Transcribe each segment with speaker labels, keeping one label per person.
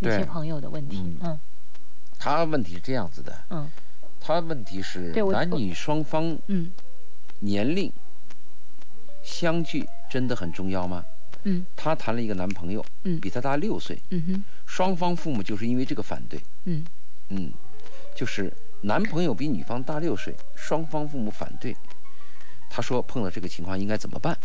Speaker 1: 那些
Speaker 2: 对
Speaker 1: 朋友的问题
Speaker 2: 嗯，
Speaker 1: 嗯
Speaker 2: 他问题是这样子的，
Speaker 1: 嗯
Speaker 2: 他问题是
Speaker 1: 对我
Speaker 2: 男
Speaker 1: 我
Speaker 2: 女双方
Speaker 1: 嗯
Speaker 2: 年龄相距真的很重要吗？
Speaker 1: 嗯
Speaker 2: 她谈了一个男朋友，
Speaker 1: 嗯
Speaker 2: 比她大六岁，
Speaker 1: 嗯哼
Speaker 2: 双方父母就是因为这个反对，
Speaker 1: 嗯
Speaker 2: 嗯，就是男朋友比女方大六岁，双方父母反对。她说碰到这个情况应该怎么办？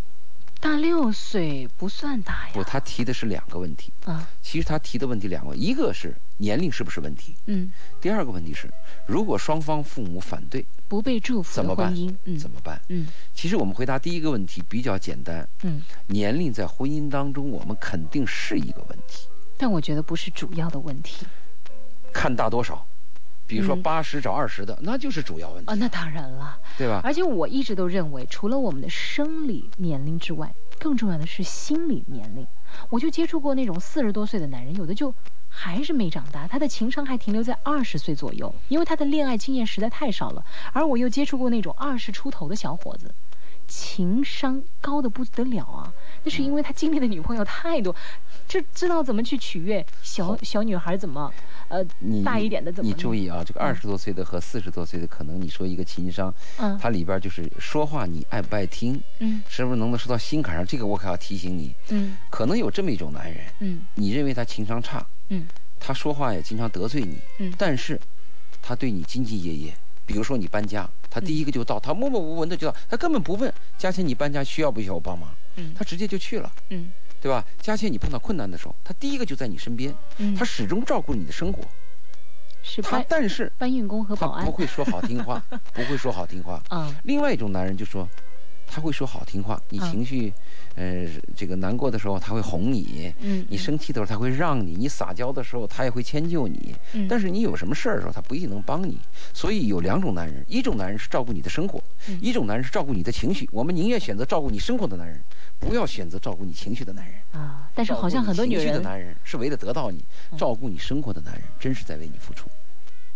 Speaker 1: 大六岁不算大呀。
Speaker 2: 不，她提的是两个问题。
Speaker 1: 啊，
Speaker 2: 其实她提的问题两个，一个是年龄是不是问题，
Speaker 1: 嗯，
Speaker 2: 第二个问题是如果双方父母反对
Speaker 1: 不被祝福
Speaker 2: 怎
Speaker 1: 的
Speaker 2: 么办
Speaker 1: 婚姻，？嗯，
Speaker 2: 怎么办？
Speaker 1: 嗯
Speaker 2: 其实我们回答第一个问题比较简单，
Speaker 1: 嗯，
Speaker 2: 年龄在婚姻当中我们肯定是一个问题，
Speaker 1: 但我觉得不是主要的问题
Speaker 2: 看大多少。比如说
Speaker 1: 嗯
Speaker 2: 八十找二十的，那就是主要问
Speaker 1: 啊、
Speaker 2: 题，
Speaker 1: 那当然了。
Speaker 2: 对吧？
Speaker 1: 而且我一直都认为，除了我们的生理年龄之外，更重要的是心理年龄。我就接触过那种四十多岁的男人，有的就还是没长大，他的情商还停留在二十岁左右，因为他的恋爱经验实在太少了。而我又接触过那种二十出头的小伙子，情商高的不得了啊！那是因为他经历的女朋友太多，这知道怎么去取悦小小女孩，怎么呃
Speaker 2: 你
Speaker 1: 大一点的怎么嗯
Speaker 2: 你注
Speaker 1: 意
Speaker 2: 意啊，这个二十多岁的和四十多岁的，可能你说一个情商，
Speaker 1: 嗯
Speaker 2: 它里边就是说话你爱不爱听，
Speaker 1: 嗯
Speaker 2: 是不是能够说到心坎上？这个我可要提醒你，
Speaker 1: 嗯
Speaker 2: 可能有这么一种男人，
Speaker 1: 嗯
Speaker 2: 你认为他情商差，
Speaker 1: 嗯
Speaker 2: 他说话也经常得罪你，
Speaker 1: 嗯
Speaker 2: 但是他对你兢兢业业。比如说你搬家，他第一个就到，他默默无闻的就到，他根本不问佳倩你搬家需要不需要我帮忙，
Speaker 1: 嗯
Speaker 2: 他直接就去了，
Speaker 1: 嗯
Speaker 2: 对吧？佳倩你碰到困难的时候，他第一个就在你身边，
Speaker 1: 嗯，
Speaker 2: 他始终照顾你的生活。
Speaker 1: 是
Speaker 2: 他
Speaker 1: 搬
Speaker 2: 但是
Speaker 1: 搬运工和
Speaker 2: 他
Speaker 1: 保安
Speaker 2: 不会说好 听话，不会说好听话。
Speaker 1: 啊
Speaker 2: 另外一种男人就说，他会说好听话，你
Speaker 1: 嗯
Speaker 2: 情绪，呃，这个难过的时候他会哄你，
Speaker 1: 嗯
Speaker 2: 你生气的时候他会让你，你撒娇的时候他也会迁就你。
Speaker 1: 嗯
Speaker 2: 但是你有什么事儿的时候他不一定能帮你。所以有两种男人，一种男人是照顾你的生活，
Speaker 1: 嗯
Speaker 2: 一种男人是照顾你的情绪。我们宁愿选择照顾你生活的男人，不要选择照顾你情绪的男人。
Speaker 1: 啊，但是好像很多女
Speaker 2: 照顾你情绪的
Speaker 1: 人
Speaker 2: 男人是为了得到你，
Speaker 1: 嗯
Speaker 2: 照顾你生活的男人真是在为你付出。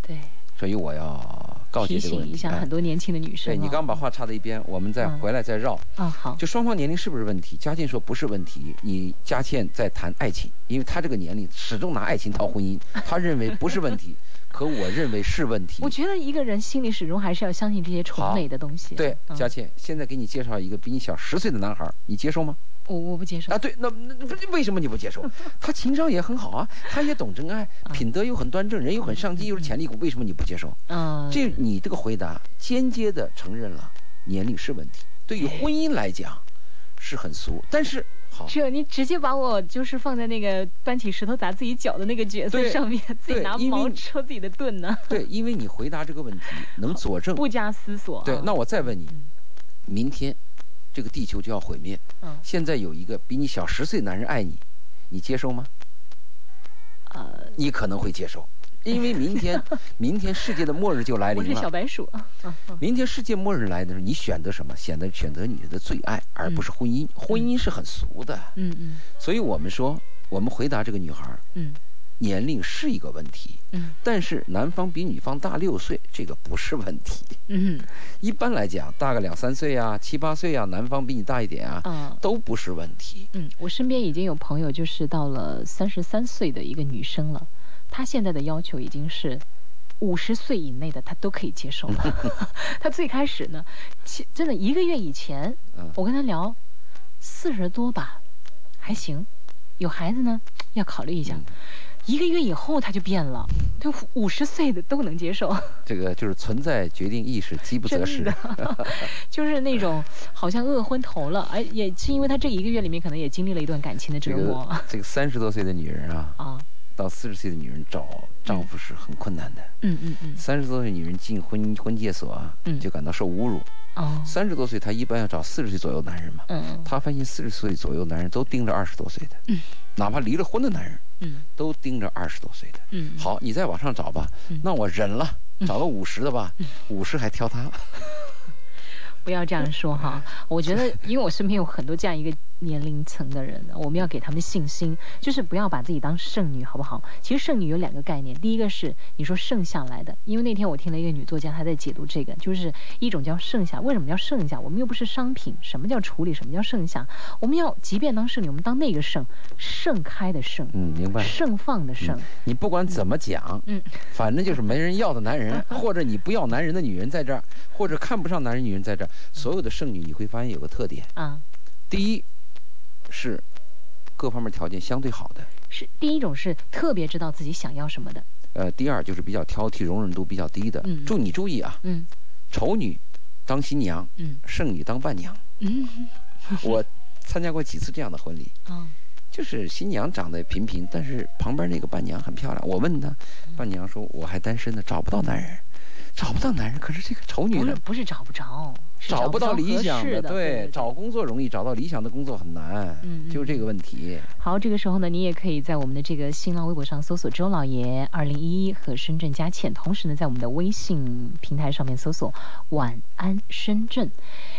Speaker 1: 对
Speaker 2: 所以我要告诫
Speaker 1: 提
Speaker 2: 这个问
Speaker 1: 醒一
Speaker 2: 题。
Speaker 1: 下
Speaker 2: 哎
Speaker 1: 很多年轻的女生啊，
Speaker 2: 对你刚把话插在一边，我们再
Speaker 1: 嗯
Speaker 2: 回来再绕。
Speaker 1: 啊好
Speaker 2: 就双方年龄是不是问题？佳倩说不是问题。你佳倩在谈爱情，因为她这个年龄始终拿爱情套婚姻，她认为不是问题，可我认为是问题
Speaker 1: 我。觉得一个人心里始终还是要相信这些
Speaker 2: 好
Speaker 1: 纯美的东西。
Speaker 2: 对，
Speaker 1: 嗯
Speaker 2: 佳倩，现在给你介绍一个比你小十岁的男孩，你接受吗？
Speaker 1: 我我不接受
Speaker 2: 啊，。对，那那那不为什么你不 接受？他情商也很好啊，他也懂真爱， 品德又很端正，人又很上进，又是潜力股，为什么你不接受？
Speaker 1: 嗯，
Speaker 2: 这你这个回答间接的承认了年龄是问题，对于婚姻来讲是很俗，但是好，
Speaker 1: 这你直接把我就是放在那个搬起石头砸自己脚的那个角色
Speaker 2: 对
Speaker 1: 上面，自己拿
Speaker 2: 因为
Speaker 1: 矛
Speaker 2: 你
Speaker 1: 戳自己的盾呢，
Speaker 2: 对，因为你回答这 个问题能佐证，
Speaker 1: 不加思索啊。
Speaker 2: 嗯对，那我再问你，
Speaker 1: 嗯
Speaker 2: 明天这个地球就要毁灭，
Speaker 1: 嗯
Speaker 2: 现在有一个比你小十岁男人爱你，你接受吗？
Speaker 1: 呃，
Speaker 2: 你可能会接受，因为明天 明天世界的末日就来
Speaker 1: 我
Speaker 2: 临
Speaker 1: 是小
Speaker 2: 了。
Speaker 1: 白鼠。嗯嗯
Speaker 2: 明天世界末日来的时候，你选择什么？选择选择你的最爱，而不是婚姻。婚姻是很俗的。
Speaker 1: 嗯嗯
Speaker 2: 所以我们说，我们回答这个女孩儿
Speaker 1: 嗯
Speaker 2: 年龄是一个问题，
Speaker 1: 嗯
Speaker 2: 但是男方比女方大六岁，这个不是问题。
Speaker 1: 嗯
Speaker 2: 一般来讲，大个两三岁啊、七八岁啊，男方比你大一点啊，
Speaker 1: 啊。
Speaker 2: 都不是问题。
Speaker 1: 嗯，我身边已经有朋友，就是到了三十三岁的一个女生了，她现在的要求已经是五十岁以内的，她都可以接受 了。她最开始呢，其真的一个月以前，
Speaker 2: 嗯
Speaker 1: 我跟她聊四十多吧，还行，有孩子呢要考虑一
Speaker 2: 嗯
Speaker 1: 下。一个月以后她就变了，对五十岁的都能接受，
Speaker 2: 这个就是存在决定意识，饥不择
Speaker 1: 真
Speaker 2: 食
Speaker 1: 的。， 就是那种好像饿昏头了，哎，也是因为她这一个月里面可能也经历了一段感情的
Speaker 2: 这
Speaker 1: 折磨
Speaker 2: 个这个三十多岁的女人啊，
Speaker 1: 啊。
Speaker 2: 到四十岁的女人找丈夫是很困难的。
Speaker 1: 嗯嗯嗯，
Speaker 2: 三十多岁女人进婚婚介所啊
Speaker 1: 嗯，
Speaker 2: 就感到受侮辱。
Speaker 1: 哦，
Speaker 2: 三十多岁她一般要找四十岁左右男人嘛。
Speaker 1: 嗯
Speaker 2: 他发现四十岁左右男人都盯着二十多岁的，
Speaker 1: 嗯
Speaker 2: 哪怕离了婚的男人
Speaker 1: 嗯
Speaker 2: 都盯着二十多岁的。
Speaker 1: 嗯，
Speaker 2: 好，你再往上找吧，
Speaker 1: 嗯
Speaker 2: 那我忍了，找个五十的吧，五十还 挑他，
Speaker 1: 不要这样说哈。我觉得，因为我身边有很多这样一个年龄层的人，我们要给他们信心，就是不要把自己当剩女，好不好？其实剩女有两个概念，第一个是你说剩下来的，因为那天我听了一个女作家，她在解读这个，就是一种叫剩下，为什么叫剩下？我们又不是商品，什么叫处理？什么叫剩下？我们要即便当剩女，我们当那个剩，盛开的盛，
Speaker 2: 嗯，明白。
Speaker 1: 盛放的盛，
Speaker 2: 你不管怎么讲，
Speaker 1: 嗯，
Speaker 2: 反正就是没人要的男人，或者你不要男人的女人在这儿，或者看不上男人女人在这儿，
Speaker 1: 嗯
Speaker 2: 所有的剩女你会发现有个特点，
Speaker 1: 啊，
Speaker 2: 第一是各方面条件相对好的，
Speaker 1: 是第一种是特别知道自己想要什么的，
Speaker 2: 呃，第二就是比较挑剔，容忍度比较低的
Speaker 1: 嗯。
Speaker 2: 注你注意啊，
Speaker 1: 嗯
Speaker 2: 丑女当新娘，
Speaker 1: 嗯
Speaker 2: 剩女当伴 娘。
Speaker 1: 嗯，
Speaker 2: 我参加过几次这样的婚礼，
Speaker 1: 啊
Speaker 2: 就是新娘长得平平，但是旁边那个伴娘很漂亮。我问她，
Speaker 1: 嗯
Speaker 2: 伴娘说我还单身呢，找不到男人，找不到男人。可是这个丑女
Speaker 1: 不是
Speaker 2: 呢，
Speaker 1: 不是找不着，是
Speaker 2: 找
Speaker 1: 不
Speaker 2: 到
Speaker 1: 着
Speaker 2: 理
Speaker 1: 合
Speaker 2: 想
Speaker 1: 适的，
Speaker 2: 对，找工作容易，找到理想的工作很难，
Speaker 1: 嗯嗯
Speaker 2: 就是这个问题。
Speaker 1: 好，这个时候呢，你也可以在我们的这个新浪微博上搜索“周老爷二零一一”和“深圳佳倩”，同时呢，在我们的微信平台上面搜索“晚安深圳”。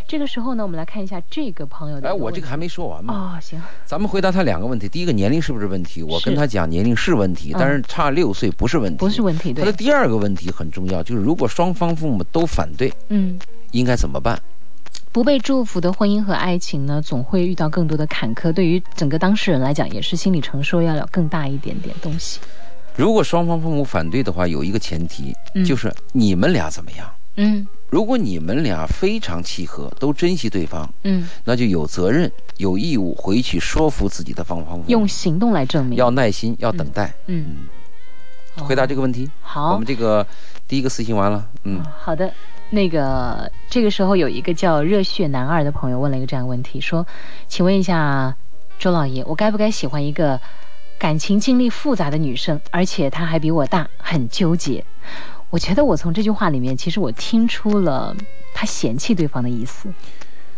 Speaker 1: 这个时候呢，我们来看一下这个朋友的
Speaker 2: 哎，
Speaker 1: 问
Speaker 2: 我这个还没说完嘛，
Speaker 1: 嗯哦，行，
Speaker 2: 咱们回答他两个问题。第一个年龄是不是问题？我
Speaker 1: 是
Speaker 2: 跟他讲年龄是问题，
Speaker 1: 嗯
Speaker 2: 但是差六岁不是问题。
Speaker 1: 不是问题，
Speaker 2: 他的
Speaker 1: 对，
Speaker 2: 第二个问题很重要，就是如果双方父母都反对，
Speaker 1: 嗯。
Speaker 2: 应该怎么办？
Speaker 1: 不被祝福的婚姻和爱情呢，总会遇到更多的坎坷。对于整个当事人来讲，也是心理承受要有更大一点点东西。
Speaker 2: 如果双方父母反对的话，有一个前提，
Speaker 1: 嗯
Speaker 2: 就是你们俩怎么样？
Speaker 1: 嗯
Speaker 2: 如果你们俩非常契合，都珍惜对方，
Speaker 1: 嗯，
Speaker 2: 那就有责任、有义务回去说服自己的双方父母，
Speaker 1: 用行动来证明。
Speaker 2: 要耐心，要等待。
Speaker 1: 嗯，
Speaker 2: 嗯，
Speaker 1: 好
Speaker 2: 回答这个问题，我
Speaker 1: 好
Speaker 2: 们。这个第一个私信完了。嗯，
Speaker 1: 好的，那个这个时候有一个叫热血男二的朋友问了一个这样的问题，说：“请问一下周老爷，我该不该喜欢一个感情经历复杂的女生，而且她还比我大，很纠结？”我觉得我从这句话里面，其实我听出了他嫌弃对方的意思，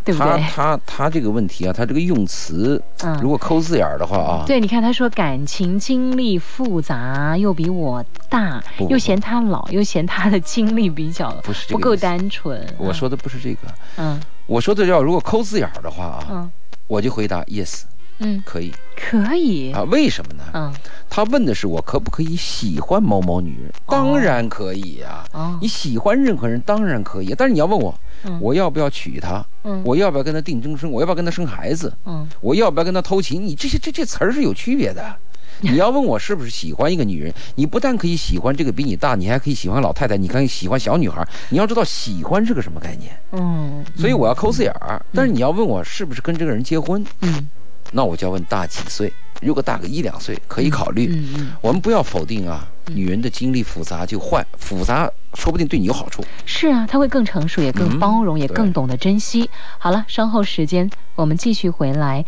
Speaker 1: 对不
Speaker 2: 他
Speaker 1: 对？
Speaker 2: 他他这个问题啊，他这个用词，
Speaker 1: 嗯，
Speaker 2: 如果抠字眼儿的话啊，
Speaker 1: 对，你看他说感情经历复杂，又比我大，
Speaker 2: 不不
Speaker 1: 又
Speaker 2: 不
Speaker 1: 嫌他老，又嫌他的经历比较
Speaker 2: 不是这
Speaker 1: 不
Speaker 2: 个
Speaker 1: 够
Speaker 2: 意思
Speaker 1: 单纯。
Speaker 2: 我
Speaker 1: 嗯
Speaker 2: 说的不是这个，
Speaker 1: 嗯
Speaker 2: 我说的要如果抠字眼儿的话啊，
Speaker 1: 嗯
Speaker 2: 我就回答 yes
Speaker 1: 嗯，
Speaker 2: 可以
Speaker 1: 可以。
Speaker 2: 啊。为什么呢？
Speaker 1: 嗯
Speaker 2: 他问的是我可不可以喜欢某某女人，当然可以呀、
Speaker 1: 哦
Speaker 2: 你，喜欢任何人当然可以，但是你要问我，
Speaker 1: 嗯
Speaker 2: 我要不要娶她？
Speaker 1: 嗯
Speaker 2: 我要不要跟她定终身？我要不要跟她生孩子？
Speaker 1: 嗯
Speaker 2: 我要不要跟她偷情？你这些这这词儿是有区别的。你要问我是不是喜欢一个 女人，你不但可以喜欢这个比你大，你还可以喜欢老太太，你可以喜欢小女孩。你要知道喜欢是个什么概念，
Speaker 1: 嗯，
Speaker 2: 所以我要啊抠字眼儿。但是你要问我是不是跟这个人结婚，
Speaker 1: 嗯
Speaker 2: 那我就要问大几岁。如果大个一两岁，可以考虑。
Speaker 1: 嗯嗯
Speaker 2: 我们不要否定啊，
Speaker 1: 嗯
Speaker 2: 女人的经历复杂就换复杂，说不定对你有好处。
Speaker 1: 是啊，他会更成熟，也更
Speaker 2: 嗯
Speaker 1: 包容，也
Speaker 2: 对
Speaker 1: 更懂得珍惜。好了，稍后时间我们继续回来，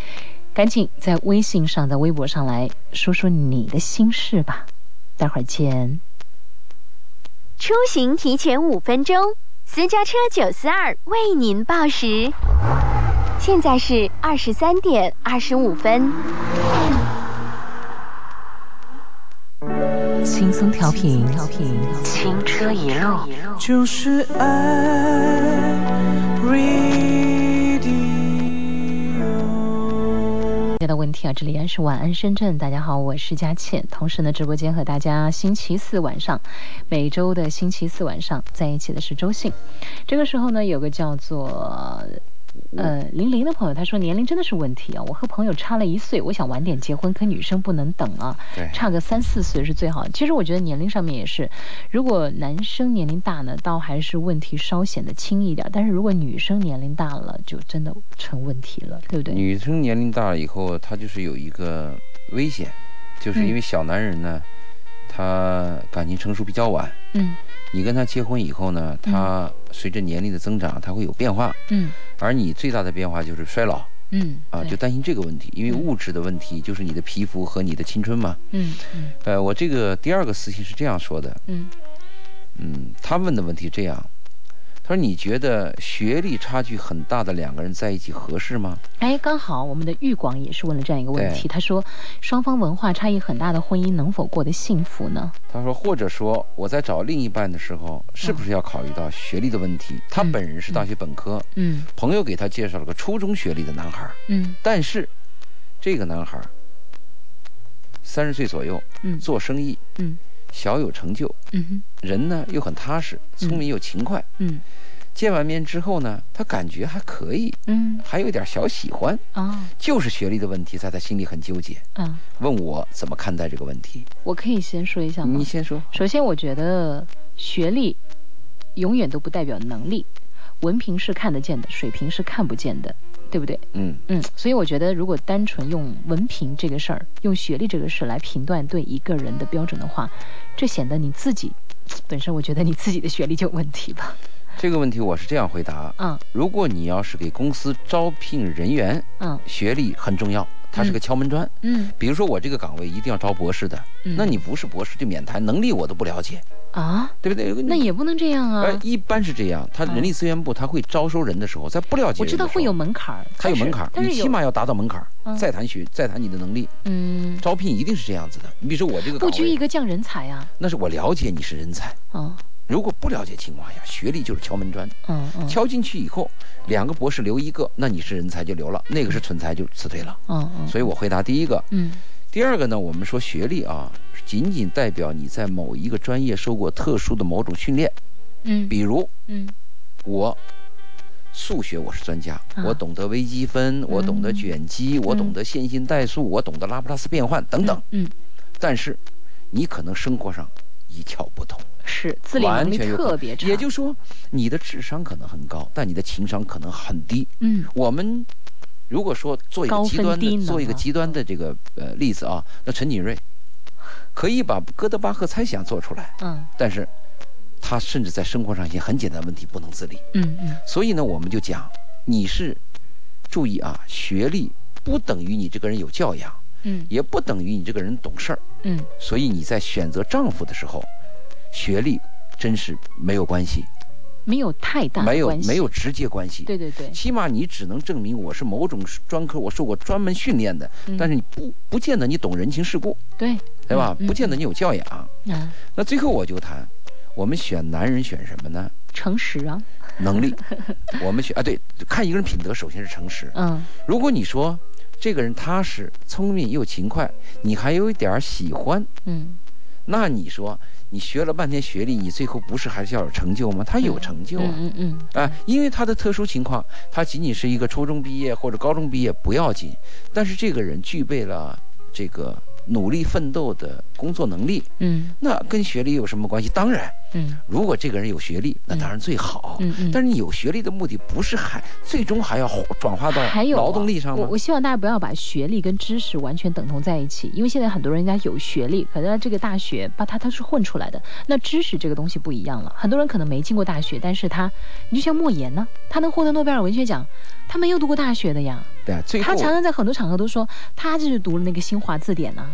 Speaker 1: 赶紧在微信上、在微博上来说说你的心事吧，待会儿见。
Speaker 3: 出行提前五分钟，私家车九四二为您报时。现在是二十三点二十五分。
Speaker 1: 轻松调频，调频，
Speaker 3: 行车一路。
Speaker 4: 就是爱。Radio
Speaker 1: 大家的问题啊，这里依然是晚安深圳，大家好，我是佳倩。同时呢，直播间和大家星期四晚上，每周的星期四晚上在一起的是周信。这个时候呢，有个叫做呃玲玲的朋友，他说年龄真的是问题啊，我和朋友差了一岁，我想晚点结婚，可女生不能等啊，
Speaker 2: 对
Speaker 1: 差个三四岁是最好的。其实我觉得年龄上面也是，如果男生年龄大呢，倒还是问题稍显得轻一点儿，但是如果女生年龄大了，就真的成问题了，对不对？
Speaker 2: 女生年龄大了以后，她就是有一个危险，就是
Speaker 1: 嗯
Speaker 2: 因为小男人呢，他感情成熟比较晚。
Speaker 1: 嗯
Speaker 2: 你跟他结婚以后呢，他随着年龄的增长，他会有变化，
Speaker 1: 嗯
Speaker 2: 而你最大的变化就是衰老
Speaker 1: 嗯
Speaker 2: 啊，
Speaker 1: 对
Speaker 2: 就担心这个问题，因为
Speaker 1: 嗯
Speaker 2: 物质的问题就是你的皮肤和你的青春嘛。
Speaker 1: 嗯嗯
Speaker 2: 呃，我这个第二个私信是这样说的，
Speaker 1: 嗯
Speaker 2: 嗯，他问的问题这样，他说：“你觉得学历差距很大的两个人在一起合适吗
Speaker 1: 哎，刚好我们的玉广也是问了这样一个问题，
Speaker 2: 对
Speaker 1: 他说双方文化差异很大的婚姻能否过得幸福呢？？”
Speaker 2: 他说：“或者说我在找另一半的时候，是不是要考虑到学历的问题？他本人是大学本科，
Speaker 1: 嗯
Speaker 2: 朋友给他介绍了个初中学历的男孩，
Speaker 1: 嗯
Speaker 2: 但是这个男孩三十岁左右，
Speaker 1: 嗯
Speaker 2: 做生意
Speaker 1: 嗯
Speaker 2: 小有成就，
Speaker 1: 嗯哼
Speaker 2: 人呢又很踏实，聪明又勤快。
Speaker 1: 嗯
Speaker 2: 见完面之后呢，他感觉还可以，
Speaker 1: 嗯
Speaker 2: 还有点小喜欢，
Speaker 1: 啊
Speaker 2: 就是学历的问题在他心里很纠结。
Speaker 1: 啊，
Speaker 2: 问我怎么看待这个问题？
Speaker 1: 我可以先说一下吗
Speaker 2: 你？先说。
Speaker 1: 首先，我觉得学历永远都不代表能力，文凭是看得见的，水平是看不见的，对不对？
Speaker 2: 嗯
Speaker 1: 嗯，所以我觉得，如果单纯用文凭这个事儿，用学历这个事儿来评断对一个人的标准的话，这显得你自己本身，我觉得你自己的学历就有问题吧。
Speaker 2: 这个问题我是这样回答：啊
Speaker 1: 嗯
Speaker 2: 如果你要是给公司招聘人员，
Speaker 1: 嗯
Speaker 2: 学历很重要，它是个敲门砖。
Speaker 1: 嗯
Speaker 2: 比如说我这个岗位一定要招博士的，
Speaker 1: 嗯
Speaker 2: 那你不是博士就免谈，能力我都不了解，
Speaker 1: 啊，
Speaker 2: 对不对？
Speaker 1: 那也不能这样
Speaker 2: 呃
Speaker 1: 啊，。
Speaker 2: 一般是这样，他人力资源部他会招收人的时候，在不了解
Speaker 1: 我
Speaker 2: 人
Speaker 1: 知
Speaker 2: 的
Speaker 1: 道
Speaker 2: 时
Speaker 1: 会
Speaker 2: 候
Speaker 1: 有门槛儿，
Speaker 2: 它有
Speaker 1: 但是
Speaker 2: 门槛儿，
Speaker 1: 但
Speaker 2: 你
Speaker 1: 是有
Speaker 2: 起码要达到门槛儿，
Speaker 1: 嗯
Speaker 2: 再谈学，再谈你的能力。
Speaker 1: 嗯，
Speaker 2: 招聘一定是这样子的。你比如说我这个岗
Speaker 1: 不拘一
Speaker 2: 位，
Speaker 1: 个降人才啊。
Speaker 2: 那是我了解你是人才。
Speaker 1: 嗯
Speaker 2: 如果不了解情况下，学历就是敲门砖，
Speaker 1: 嗯嗯
Speaker 2: 敲进去以后，两个博士留一个，那你是人才就留了，那个是蠢才就辞退了。
Speaker 1: 嗯嗯，
Speaker 2: 所以我回答第一个，
Speaker 1: 嗯
Speaker 2: 第二个呢，我们说学历啊，仅仅代表你在某一个专业受过特殊的某种训练，
Speaker 1: 嗯
Speaker 2: 比如
Speaker 1: 嗯
Speaker 2: 我数学我是专家，
Speaker 1: 啊嗯
Speaker 2: 我懂得微积分，我懂得卷积，我懂得线性代数，我懂得拉普拉斯变换等等。
Speaker 1: 嗯
Speaker 2: 但是你可能生活上一窍不通，
Speaker 1: 是自理能
Speaker 2: 完
Speaker 1: 力
Speaker 2: 全有可能
Speaker 1: 特别差，
Speaker 2: 也就是说，你的智商可能很高，但你的情商可能很低。
Speaker 1: 嗯
Speaker 2: 我们如果说做一个
Speaker 1: 高分
Speaker 2: 极端
Speaker 1: 低
Speaker 2: 的
Speaker 1: 能
Speaker 2: 做一个
Speaker 1: 啊
Speaker 2: 极端的这个呃例子啊，那陈景瑞可以把哥德巴赫猜想做出来，
Speaker 1: 嗯
Speaker 2: 但是他甚至在生活上一些很简单的问题不能自理。
Speaker 1: 嗯嗯
Speaker 2: 所以呢，我们就讲，你是注意啊，学历不等于你这个人有教养，
Speaker 1: 嗯
Speaker 2: 也不等于你这个人懂事儿。
Speaker 1: 嗯
Speaker 2: 所以你在选择丈夫的时候，学历真是没有关系，
Speaker 1: 没有太大的
Speaker 2: 没有
Speaker 1: 关系
Speaker 2: 没有直接关系。
Speaker 1: 对对对
Speaker 2: 起码你只能证明我是某种专科，我受过专门训练的，
Speaker 1: 嗯
Speaker 2: 但是你不不见得你懂人情世故，
Speaker 1: 对
Speaker 2: 对吧？
Speaker 1: 嗯嗯
Speaker 2: 不见得你有教养。
Speaker 1: 啊，
Speaker 2: 那最后我就谈，我们选男人选什么 呢？
Speaker 1: 诚实啊，
Speaker 2: 能力，我们选啊，对，看一个人品德，首先是诚实。
Speaker 1: 嗯
Speaker 2: 如果你说这个人踏实、聪明又勤快，你还有一点儿喜欢，
Speaker 1: 嗯，
Speaker 2: 那你说你学了半天学历，你最后不是还是要有成就吗？他有成就啊。
Speaker 1: 嗯嗯
Speaker 2: 啊，因为他的特殊情况，他仅仅是一个初中毕业或者高中毕业不要紧，但是这个人具备了这个努力奋斗的工作能力，
Speaker 1: 嗯
Speaker 2: 那跟学历有什么关系？当然，
Speaker 1: 嗯嗯
Speaker 2: 如果这个人有学历，那当然最好。
Speaker 1: 嗯嗯，
Speaker 2: 但是你有学历的目的不是还最终还要转化到
Speaker 1: 还有啊
Speaker 2: 劳动力上
Speaker 1: 我
Speaker 2: 吗？
Speaker 1: 我希望大家不要把学历跟知识完全等同在一起，因为现在很多人家有学历，可能他这个大学把他他是混出来的，那知识这个东西不一样了。很多人可能没进过大学，但是他，你就像莫言呢，他能获得诺贝尔文学奖，他没有读过大学的呀。
Speaker 2: 对啊，最后
Speaker 1: 他常常在很多场合都说，他就是读了那个新华字典呢、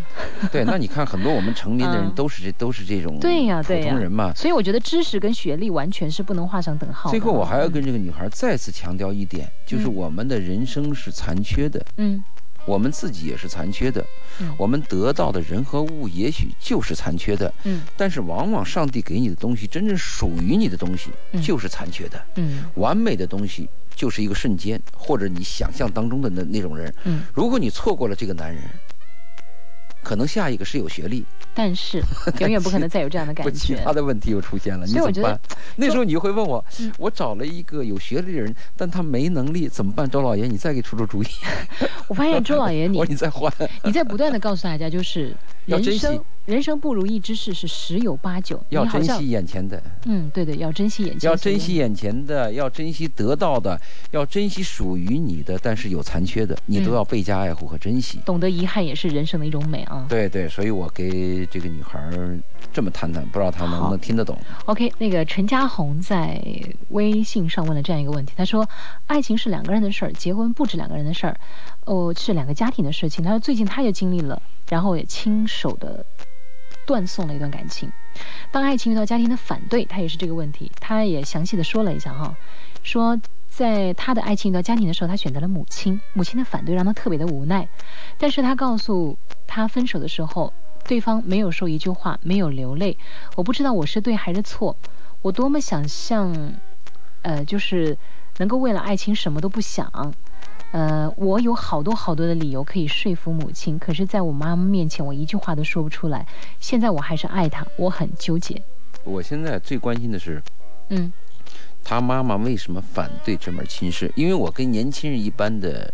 Speaker 2: 对，那你看很多我们成年的
Speaker 1: 嗯
Speaker 2: 人都是这、都是这种
Speaker 1: 对呀
Speaker 2: 普
Speaker 1: 对呀
Speaker 2: 通人嘛。
Speaker 1: 所以我觉得知识跟学历完全是不能画上等号的。
Speaker 2: 啊最后我还要跟这个女孩再次强调一点，就是
Speaker 1: 嗯
Speaker 2: 我们的人生是残缺的，
Speaker 1: 嗯
Speaker 2: 我们自己也是残缺的，
Speaker 1: 嗯
Speaker 2: 我们得到的人和物也许就是残缺的，
Speaker 1: 嗯
Speaker 2: 但是往往上帝给你的东西，真正属于你的东西
Speaker 1: 嗯
Speaker 2: 就是残缺的，
Speaker 1: 嗯
Speaker 2: 完美的东西就是一个瞬间或者你想象当中的那那种人。
Speaker 1: 嗯，
Speaker 2: 如果你错过了这个男人，可能下一个是有学历，
Speaker 1: 但是永远不可能再有这样的感
Speaker 2: 不，其
Speaker 1: 觉。
Speaker 2: 他的问题又出现了，你
Speaker 1: 所以
Speaker 2: 怎
Speaker 1: 我
Speaker 2: 么
Speaker 1: 觉得
Speaker 2: 办？ 那时候你就会问我
Speaker 1: 嗯，
Speaker 2: 我找了一个有学历的人，但他没能力，怎么办？周老爷，你再给出出主意，
Speaker 1: 我发现周老 爷你
Speaker 2: 我说你再换。
Speaker 1: 你在不断的告诉大家，就是
Speaker 2: 要
Speaker 1: 人
Speaker 2: 珍惜
Speaker 1: 生人生不如意之事是十有八九，
Speaker 2: 要
Speaker 1: 你好
Speaker 2: 珍
Speaker 1: 像
Speaker 2: 惜眼前的，
Speaker 1: 嗯，对对，要珍惜眼前，
Speaker 2: 要珍惜。眼前的，要珍惜得到的，要珍惜属于你的，但是有残缺的，你都
Speaker 1: 嗯
Speaker 2: 要倍加爱护和珍惜。
Speaker 1: 懂得遗憾也是人生的一种美啊。
Speaker 2: 对对，所以我给这个女孩儿这么谈谈，不知道她能不
Speaker 1: 好
Speaker 2: 能听得懂。
Speaker 1: OK，那个陈嘉宏在微信上问了这样一个问题，他说：“爱情是两个人的事儿，结婚不止两个人的事儿，哦，是两个家庭的事情。”他说最近他也经历了，然后也亲手的断送了一段感情。当爱情遇到家庭的反对，他也是这个问题，他也详细的说了一下哈，说在他的爱情遇到家庭的时候，他选择了母亲，母亲的反对让他特别的无奈，但是他告诉他分手的时候，对方没有说一句话，没有流泪，我不知道我是对还是错，我多么想像，呃，就是能够为了爱情什么都不想。呃，我有好多好多的理由可以说服母亲，可是，在我妈妈面前，我一句话都说不出来。现在我还是爱她，我很纠结。
Speaker 2: 我现在最关心的是，
Speaker 1: 嗯
Speaker 2: 他妈妈为什么反对这门亲事？因为我跟年轻人一般的，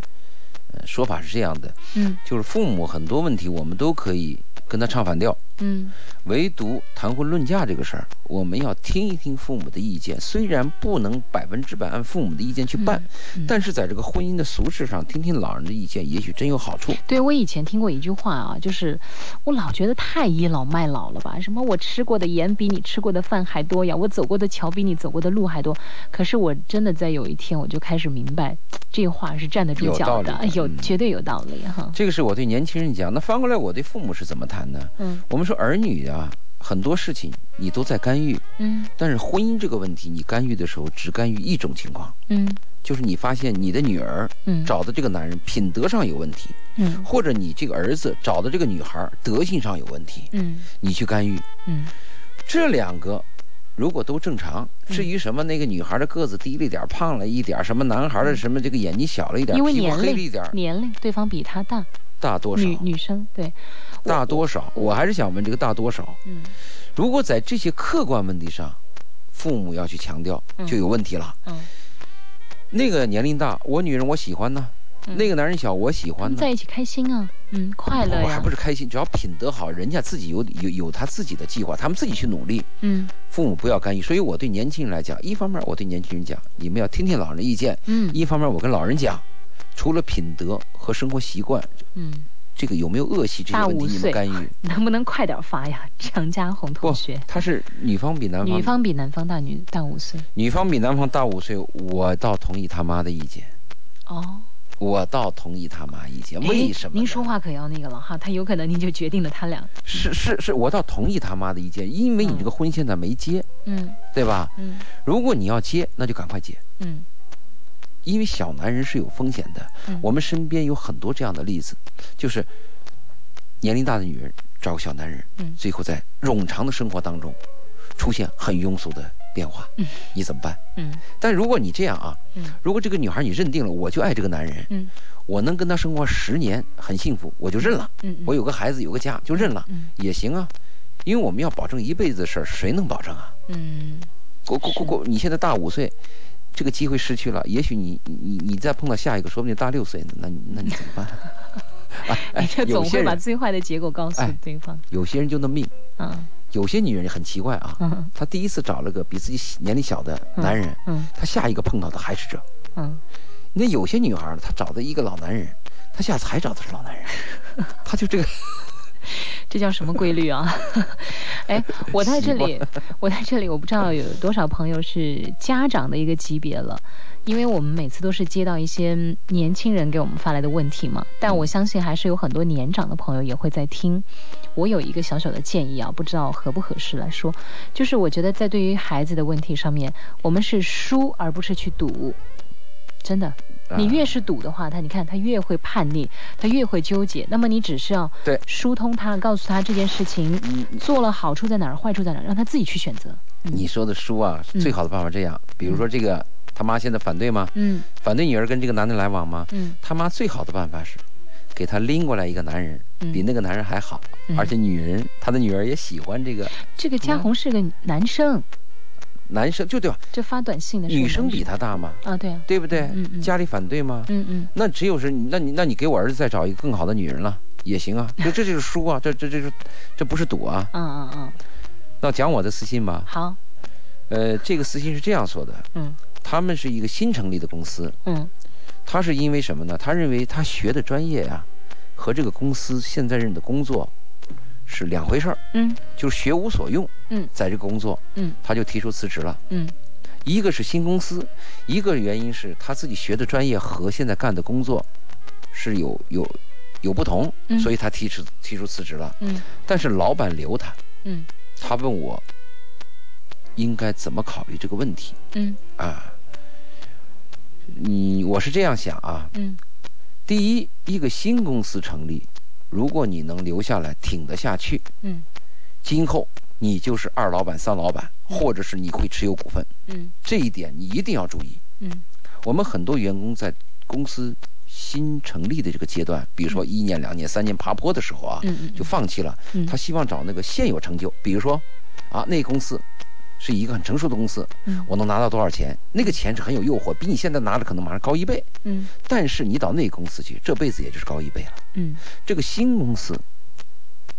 Speaker 2: 呃，说法是这样的，
Speaker 1: 嗯
Speaker 2: 就是父母很多问题我们都可以跟他唱反调，
Speaker 1: 嗯
Speaker 2: 唯独谈婚论嫁这个事儿，我们要听一听父母的意见。虽然不能百分之百按父母的意见去办，
Speaker 1: 嗯
Speaker 2: 但是在这个婚姻的俗事上，听听老人的意见，也许真有好处。
Speaker 1: 对我以前听过一句话啊，就是我老觉得太倚老卖老了吧？什么我吃过的盐比你吃过的饭还多呀，我走过的桥比你走过的路还多。可是我真的在有一天，我就开始明白，这话是站得住
Speaker 2: 有道
Speaker 1: 脚
Speaker 2: 理
Speaker 1: 的，
Speaker 2: 的
Speaker 1: 哎有
Speaker 2: 嗯
Speaker 1: 绝对有道理哈。
Speaker 2: 这个是我对年轻人讲。那翻过来，我对父母是怎么谈呢？
Speaker 1: 嗯
Speaker 2: 我们说儿女啊，很多事情你都在干预，
Speaker 1: 嗯
Speaker 2: 但是婚姻这个问题，你干预的时候只干预一种情况，
Speaker 1: 嗯
Speaker 2: 就是你发现你的女儿
Speaker 1: 嗯，
Speaker 2: 找的这个男人品德上有问题，
Speaker 1: 嗯
Speaker 2: 或者你这个儿子找的这个女孩德性上有问题，
Speaker 1: 嗯
Speaker 2: 你去干预。
Speaker 1: 嗯
Speaker 2: 这两个如果都正常，
Speaker 1: 嗯
Speaker 2: 至于什么那个女孩的个子低了一点儿，胖了一点儿，什么男孩的什么这个眼睛小了一点儿，
Speaker 1: 因为
Speaker 2: 皮
Speaker 1: 年
Speaker 2: 肤黑了一点
Speaker 1: 龄
Speaker 2: 儿，
Speaker 1: 年龄对方比他大，
Speaker 2: 大多少？
Speaker 1: 女女生对，
Speaker 2: 大多少？我还是想问这个大多少？
Speaker 1: 嗯
Speaker 2: 如果在这些客观问题上，父母要去强调，
Speaker 1: 嗯
Speaker 2: 就有问题了。
Speaker 1: 嗯，
Speaker 2: 那个年龄大，我女人我喜欢呢；
Speaker 1: 嗯
Speaker 2: 那个男人小，我喜
Speaker 1: 他
Speaker 2: 欢
Speaker 1: 们
Speaker 2: 呢
Speaker 1: 在。一起开心啊，嗯，快乐
Speaker 2: 我还
Speaker 1: 呀
Speaker 2: 不，是开心，只要品德好，人家自己有有有他自己的计划，他们自己去努力。
Speaker 1: 嗯
Speaker 2: 父母不要干预，所以我对年轻人来讲，一方面我对年轻人讲，你们要听听老人的意见；
Speaker 1: 嗯
Speaker 2: 一方面我跟老人讲，除了品德和生活习惯，
Speaker 1: 嗯，
Speaker 2: 这个有没有恶习这些
Speaker 1: 大
Speaker 2: 问
Speaker 1: 五
Speaker 2: 题你们
Speaker 1: 岁
Speaker 2: 干预。
Speaker 1: 能不能快点发呀，张家红同
Speaker 2: 不
Speaker 1: 学？，
Speaker 2: 他是女方比男方，
Speaker 1: 女方比男方大女大五岁
Speaker 2: 女方比男方大五岁，我倒同意他妈的意见，
Speaker 1: 哦。
Speaker 2: 我倒同意他妈意见。
Speaker 1: 哎
Speaker 2: 为什么呢？
Speaker 1: 您说话可要那个了哈，他有可能您就决定了他俩。
Speaker 2: 是是是，我倒同意他妈的意见，因为你这个婚现在没结，
Speaker 1: 嗯
Speaker 2: 对吧？
Speaker 1: 嗯
Speaker 2: 如果你要结，那就赶快结，
Speaker 1: 嗯
Speaker 2: 因为小男人是有风险的。
Speaker 1: 嗯，
Speaker 2: 我们身边有很多这样的例子，就是年龄大的女人找个小男人，
Speaker 1: 嗯
Speaker 2: 最后在冗长的生活当中出现很庸俗的变化，
Speaker 1: 嗯
Speaker 2: 你怎么办？
Speaker 1: 嗯
Speaker 2: 但如果你这样啊，
Speaker 1: 嗯
Speaker 2: 如果这个女孩你认定了，我就爱这个男人，
Speaker 1: 嗯
Speaker 2: 我能跟他生活十年，很幸福，我就认了。
Speaker 1: 嗯，
Speaker 2: 我有个孩子，有个家，就认了，
Speaker 1: 嗯
Speaker 2: 也行啊。因为我们要保证一辈子的事儿，谁能保证啊？
Speaker 1: 嗯
Speaker 2: 过过过过，你现在大五岁，这个机会失去了，也许你你你你再碰到下一个，说不定大六岁呢，那你那你怎 么办？哎
Speaker 1: 嗯，你
Speaker 2: 哎
Speaker 1: 这，
Speaker 2: 有
Speaker 1: 总
Speaker 2: 些
Speaker 1: 会把
Speaker 2: 人
Speaker 1: 最坏的结果告诉
Speaker 2: 哎
Speaker 1: 对方
Speaker 2: 有些人就那命，
Speaker 1: 啊
Speaker 2: 有些女人很奇怪啊，
Speaker 1: 嗯
Speaker 2: 她第一次找了个比自己年龄小的男人，
Speaker 1: 嗯
Speaker 2: 她下一个碰到的还是这。
Speaker 1: 嗯
Speaker 2: 那有些女孩儿呢，她找的一个老男人，她下次还找的是 老男人，她就这个。
Speaker 1: 这叫什么规律啊？ 哎，我在这
Speaker 2: 习
Speaker 1: 里， 我在这里，我不知道有多少朋友是家长的一个级别了，因为我们每次都是接到一些年轻人给我们发来的问题嘛，但我相信还是有很多年长的朋友也会在听。我有一个小小的建议啊，不知道合不合适来说，就是我觉得在对于孩子的问题上面，我们是输而不是去赌，真的。你
Speaker 2: 啊
Speaker 1: 越是赌的话，他你看他越会叛逆，他越会纠结。那么你只是要
Speaker 2: 对
Speaker 1: 疏通他，告诉他这件事情
Speaker 2: 你
Speaker 1: 做了好处在哪儿，坏处在哪儿，让他自己去选择。
Speaker 2: 你说的书啊，
Speaker 1: 嗯
Speaker 2: 最好的办法这样，比如说这个他妈现在反对吗？
Speaker 1: 嗯
Speaker 2: 反对女儿跟这个男的来往吗？
Speaker 1: 嗯
Speaker 2: 他妈最好的办法是，给他拎过来一个男人，
Speaker 1: 嗯，
Speaker 2: 比那个男人还好，
Speaker 1: 嗯
Speaker 2: 而且女人他的女儿也喜欢这个
Speaker 1: 这个嘉宏是个男生，
Speaker 2: 男生，就对吧？
Speaker 1: 这发短信的是个
Speaker 2: 女生
Speaker 1: 男
Speaker 2: 比他大嘛，
Speaker 1: 啊，对啊，
Speaker 2: 对不对？
Speaker 1: 嗯嗯嗯
Speaker 2: 家里反对吗？
Speaker 1: 嗯嗯
Speaker 2: 那只有是，那你那你给我儿子再找一个更好的女人了。也 行啊，这这就是输啊，这这这是，这不是赌啊。
Speaker 1: 嗯嗯嗯，
Speaker 2: 那讲我的私信吧，
Speaker 1: 好，
Speaker 2: 呃，这个私信是这样说的，
Speaker 1: 嗯
Speaker 2: 他们是一个新成立的公司，
Speaker 1: 嗯
Speaker 2: 他是因为什么呢？他认为他学的专业呀、和这个公司现在任的工作是两回事儿，
Speaker 1: 嗯
Speaker 2: 就是学无所用。
Speaker 1: 嗯，
Speaker 2: 在这个工作，
Speaker 1: 嗯
Speaker 2: 他就提出辞职了。
Speaker 1: 嗯
Speaker 2: 一个是新公司，一个原因是他自己学的专业和现在干的工作是有有有不同
Speaker 1: 嗯，
Speaker 2: 所以他提出提出辞职了。
Speaker 1: 嗯
Speaker 2: 但是老板留他，
Speaker 1: 嗯
Speaker 2: 他问我应该怎么考虑这个问题
Speaker 1: 嗯
Speaker 2: 啊？你我是这样想啊，
Speaker 1: 嗯
Speaker 2: 第一，一个新公司成立，如果你能留下来挺得下去，
Speaker 1: 嗯
Speaker 2: 今后你就是二老板、三老板，或者是你会持有股份，
Speaker 1: 嗯
Speaker 2: 这一点你一定要注意。
Speaker 1: 嗯
Speaker 2: 我们很多员工在公司新成立的这个阶段，比如说一年、两年、三年爬坡的时候啊，
Speaker 1: 嗯
Speaker 2: 就放弃了。
Speaker 1: 嗯
Speaker 2: 他希望找那个现有成就，比如说，啊，那公司是一个很成熟的公司，
Speaker 1: 嗯
Speaker 2: 我能拿到多少钱？那个钱是很有诱惑，比你现在拿的可能马上高一倍。
Speaker 1: 嗯
Speaker 2: 但是你到那公司去，这辈子也就是高一倍了。
Speaker 1: 嗯
Speaker 2: 这个新公司，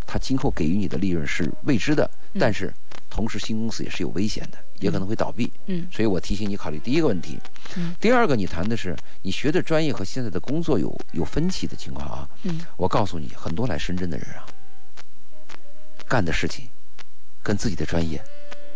Speaker 2: 它今后给予你的利润是未知的，
Speaker 1: 嗯
Speaker 2: 但是同时新公司也是有危险的，也可能会倒闭。
Speaker 1: 嗯
Speaker 2: 所以我提醒你考虑第一个问题。
Speaker 1: 嗯
Speaker 2: 第二个，你谈的是你学的专业和现在的工作有有分歧的情况啊。
Speaker 1: 嗯
Speaker 2: 我告诉你，很多来深圳的人啊，干的事情跟自己的专业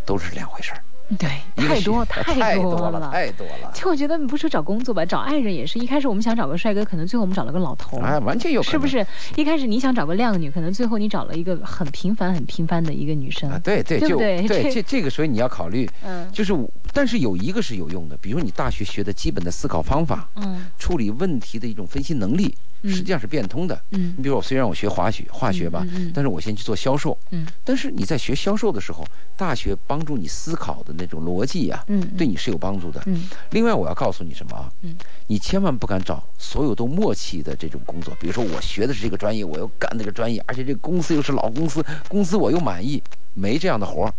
Speaker 2: 都是两回事儿。
Speaker 1: 对，
Speaker 2: 一个
Speaker 1: 太
Speaker 2: 是
Speaker 1: 多
Speaker 2: 太
Speaker 1: 多
Speaker 2: 了，。太多了。
Speaker 1: 就我觉得你不说找工作吧，找爱人也是一开始我们想找个帅哥，可能最后我们找了个老头。
Speaker 2: 哎，完全有可能
Speaker 1: 是不是一开始你想找个靓女，可能最后你找了一个很平凡、很平凡的一个女生
Speaker 2: 啊？？对对，
Speaker 1: 对不
Speaker 2: 就
Speaker 1: 对这
Speaker 2: 这这个，所以你要考虑，
Speaker 1: 嗯
Speaker 2: 就是我，但是有一个是有用的，比如你大学学的基本的思考方法，
Speaker 1: 嗯
Speaker 2: 处理问题的一种分析能力，
Speaker 1: 嗯
Speaker 2: 实际上是变通的。
Speaker 1: 嗯
Speaker 2: 你比如我虽然我学化学，化学吧，
Speaker 1: 嗯嗯嗯
Speaker 2: 但是我先去做销售，
Speaker 1: 嗯
Speaker 2: 但是你在学销售的时候，大学帮助你思考的那种逻辑呀、
Speaker 1: 嗯，
Speaker 2: 对你是有帮助的。
Speaker 1: 嗯
Speaker 2: 另外，我要告诉你什么啊？
Speaker 1: 嗯
Speaker 2: 你千万不敢找所有都默契的这种工作，比如说我学的是这个专业，我又干这个专业，而且这个公司又是老公司，公司我又满意，没这样的活儿。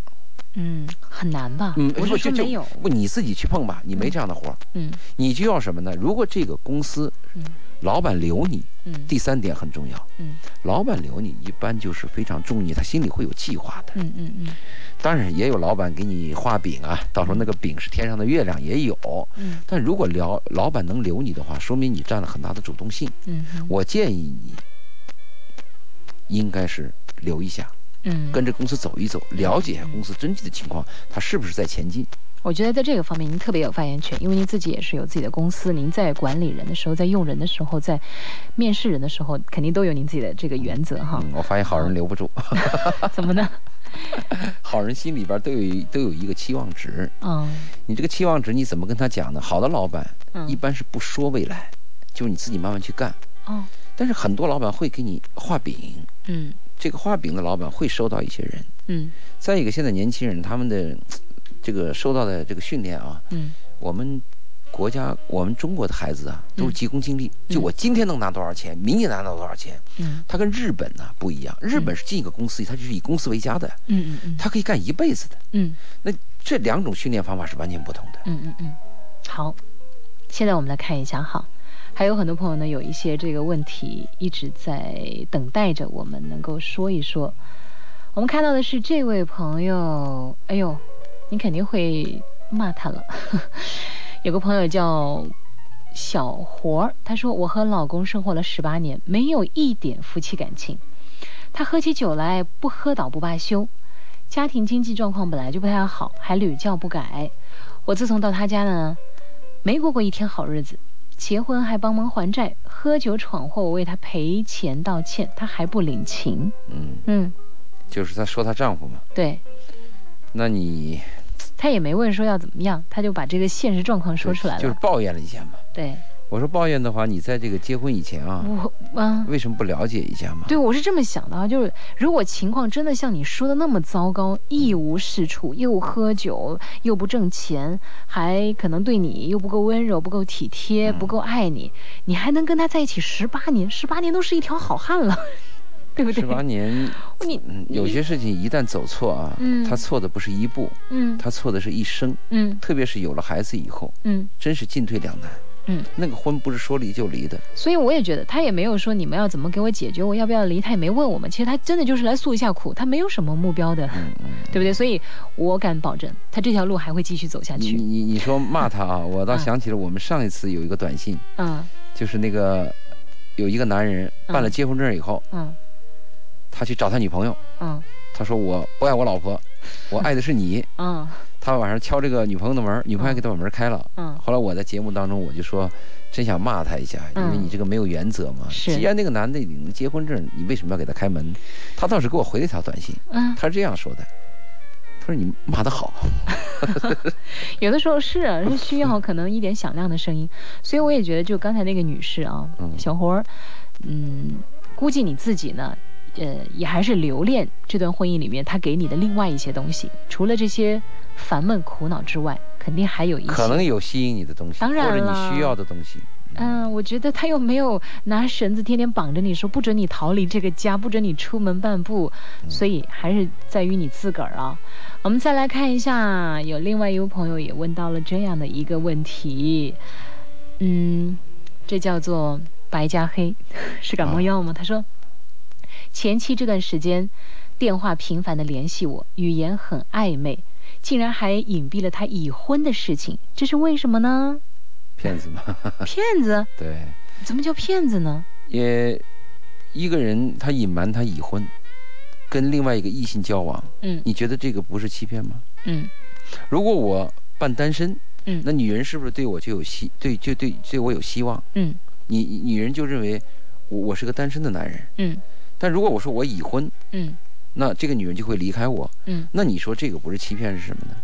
Speaker 1: 嗯，很难吧？
Speaker 2: 嗯，
Speaker 1: 不
Speaker 2: 不
Speaker 1: 是说
Speaker 2: 就就
Speaker 1: 没有，
Speaker 2: 不你自己去碰吧，你没这样的活儿，
Speaker 1: 嗯
Speaker 2: 你就要什么呢？如果这个公司
Speaker 1: 嗯
Speaker 2: 老板留你，
Speaker 1: 嗯，
Speaker 2: 第三点很重要，
Speaker 1: 嗯
Speaker 2: 老板留你一般就是非常重意，他心里会有计划的。
Speaker 1: 嗯嗯嗯
Speaker 2: 当然也有老板给你画饼啊，到时候那个饼是天上的月亮也有。
Speaker 1: 嗯
Speaker 2: 但如果聊老板能留你的话，说明你占了很大的主动性。
Speaker 1: 嗯，
Speaker 2: 我建议你应该是留一下，
Speaker 1: 嗯
Speaker 2: 跟着公司走一走，了解一下公司真际的情况，它是不是在前进。
Speaker 1: 我觉得在这个方面您特别有发言权，因为您自己也是有自己的公司，您在管理人的时候，在用人的时候，在面试人的时候，肯定都有您自己的这个原则 哈。
Speaker 2: 嗯，我发现好人留不住，
Speaker 1: 怎么呢？
Speaker 2: 好人心里边都有一都有一个期望值。
Speaker 1: 嗯
Speaker 2: 你这个期望值你怎么跟他讲呢？好的老板
Speaker 1: 嗯
Speaker 2: 一般是不说未来，就是你自己慢慢去干。
Speaker 1: 哦
Speaker 2: 但是很多老板会给你画饼，
Speaker 1: 嗯
Speaker 2: 这个画饼的老板会收到一些人。
Speaker 1: 嗯
Speaker 2: 再一个，现在年轻人他们的这个受到的这个训练啊，
Speaker 1: 嗯
Speaker 2: 我们国家我们中国的孩子啊，
Speaker 1: 嗯
Speaker 2: 都是急功近利，就我今天能拿多少钱，明年拿到多少钱。
Speaker 1: 嗯
Speaker 2: 他跟日本呢、啊不一样，日本是进一个公司，他就是以公司为家的，
Speaker 1: 嗯嗯
Speaker 2: 他可以干一辈子的。
Speaker 1: 嗯
Speaker 2: 那这两种训练方法是完全不同的。
Speaker 1: 嗯嗯嗯，好，现在我们来看一下哈，还有很多朋友呢有一些这个问题一直在等待着我们能够说一说。我们看到的是这位朋友，哎呦，你肯定会骂他了。 有个朋友叫小活儿，他说我和老公生活了十八年，没有一点夫妻感情。他喝起酒来不喝倒不罢休，家庭经济状况本来就不太好，还屡教不改。我自从到他家呢，没过过一天好日子。结婚还帮忙还债，喝酒闯祸，我为他赔钱道歉，他还不领情。
Speaker 2: 嗯，
Speaker 1: 嗯，
Speaker 2: 就是她说她丈夫嘛，
Speaker 1: 对，
Speaker 2: 那你
Speaker 1: 他也没问说要怎么样，他就把这个现实状况说出来
Speaker 2: 就是
Speaker 1: 了。
Speaker 2: 抱怨了一下嘛。
Speaker 1: 对，
Speaker 2: 我说抱怨的话，你在这个结婚以前啊，
Speaker 1: 我啊，
Speaker 2: 为什么不了解一下嘛？
Speaker 1: 对，我是这么想的啊，就是如果情况真的像你说的那么糟糕，一无是处，又喝酒，又不挣钱，还可能对你又不够温柔、不够体贴、
Speaker 2: 嗯
Speaker 1: 不够爱你，你还能跟他在一起十八年？十八年都是一条好汉了， 对不对？
Speaker 2: 十八年，
Speaker 1: 你
Speaker 2: 嗯，有些事情一旦走错啊，
Speaker 1: 嗯
Speaker 2: 他错的不是一步，
Speaker 1: 嗯
Speaker 2: 他错的是一生，
Speaker 1: 嗯
Speaker 2: 特别是有了孩子以后，
Speaker 1: 嗯
Speaker 2: 真是进退两难。
Speaker 1: 嗯，
Speaker 2: 那个婚不是说离就离的，
Speaker 1: 所以我也觉得他也没有说你们要怎么给我解决，我要不要离，他也没问我们。其实他真的就是来诉一下苦，他没有什么目标的，
Speaker 2: 嗯嗯，
Speaker 1: 对不对？所以我敢保证，他这条路还会继续走下
Speaker 2: 你
Speaker 1: 去。
Speaker 2: 你你说骂他啊，我倒
Speaker 1: 嗯
Speaker 2: 想起了我们上一次有一个短信，
Speaker 1: 嗯
Speaker 2: 就是那个有一个男人办了
Speaker 1: 嗯
Speaker 2: 结婚证以后，
Speaker 1: 嗯
Speaker 2: 他去找他女朋友，
Speaker 1: 嗯
Speaker 2: 他说我不爱我老婆，我爱的是你。
Speaker 1: 嗯
Speaker 2: 他晚上敲这个女朋友的门，女朋友给他把门开了。
Speaker 1: 嗯
Speaker 2: 后来我在节目当中我就说，真想骂他一下，因为
Speaker 1: 嗯
Speaker 2: 你这个没有原则嘛。
Speaker 1: 是
Speaker 2: 既然那个男的领了结婚证，你为什么要给他开门？他倒是给我回了一条短信，
Speaker 1: 嗯，
Speaker 2: 他是这样说的：“他说你骂的好，
Speaker 1: 有的时候是啊，是需要可能一点响亮的声音，所以我也觉得，就刚才那个女士啊，
Speaker 2: 嗯
Speaker 1: 小红儿，嗯，估计你自己呢，呃，也还是留恋这段婚姻里面他给你的另外一些东西，除了这些烦闷苦恼之外，肯定还有一些。
Speaker 2: 可能有吸引你的东西，
Speaker 1: 当然
Speaker 2: 或者
Speaker 1: 了
Speaker 2: 你需要的东西。”
Speaker 1: 嗯，我觉得他又没有拿绳子天天绑着你说不准你逃离这个家，不准你出门半步，所以还是在于你自个儿啊。我们再来看一下，有另外一位朋友也问到了这样的一个问题，嗯，这叫做白加黑， 是感冒药吗？他说，前妻这段时间电话频繁的联系我，语言很暧昧，竟然还隐蔽了他已婚的事情，这是为什么呢？
Speaker 2: 骗子嘛，
Speaker 1: 骗子。
Speaker 2: 对，
Speaker 1: 怎么叫骗子呢？
Speaker 2: 也一个人他隐瞒他已婚，跟另外一个异性交往，
Speaker 1: 嗯
Speaker 2: 你觉得这个不是欺骗吗？
Speaker 1: 嗯
Speaker 2: 如果我办单身，
Speaker 1: 嗯
Speaker 2: 那女人是不是对我就有希对就对对我有希望？
Speaker 1: 嗯
Speaker 2: 你你女人就认为我我是个单身的男人，
Speaker 1: 嗯
Speaker 2: 但如果我说我已婚，
Speaker 1: 嗯
Speaker 2: 那这个女人就会离开我。
Speaker 1: 嗯，
Speaker 2: 那你说这个不是欺骗是什么呢？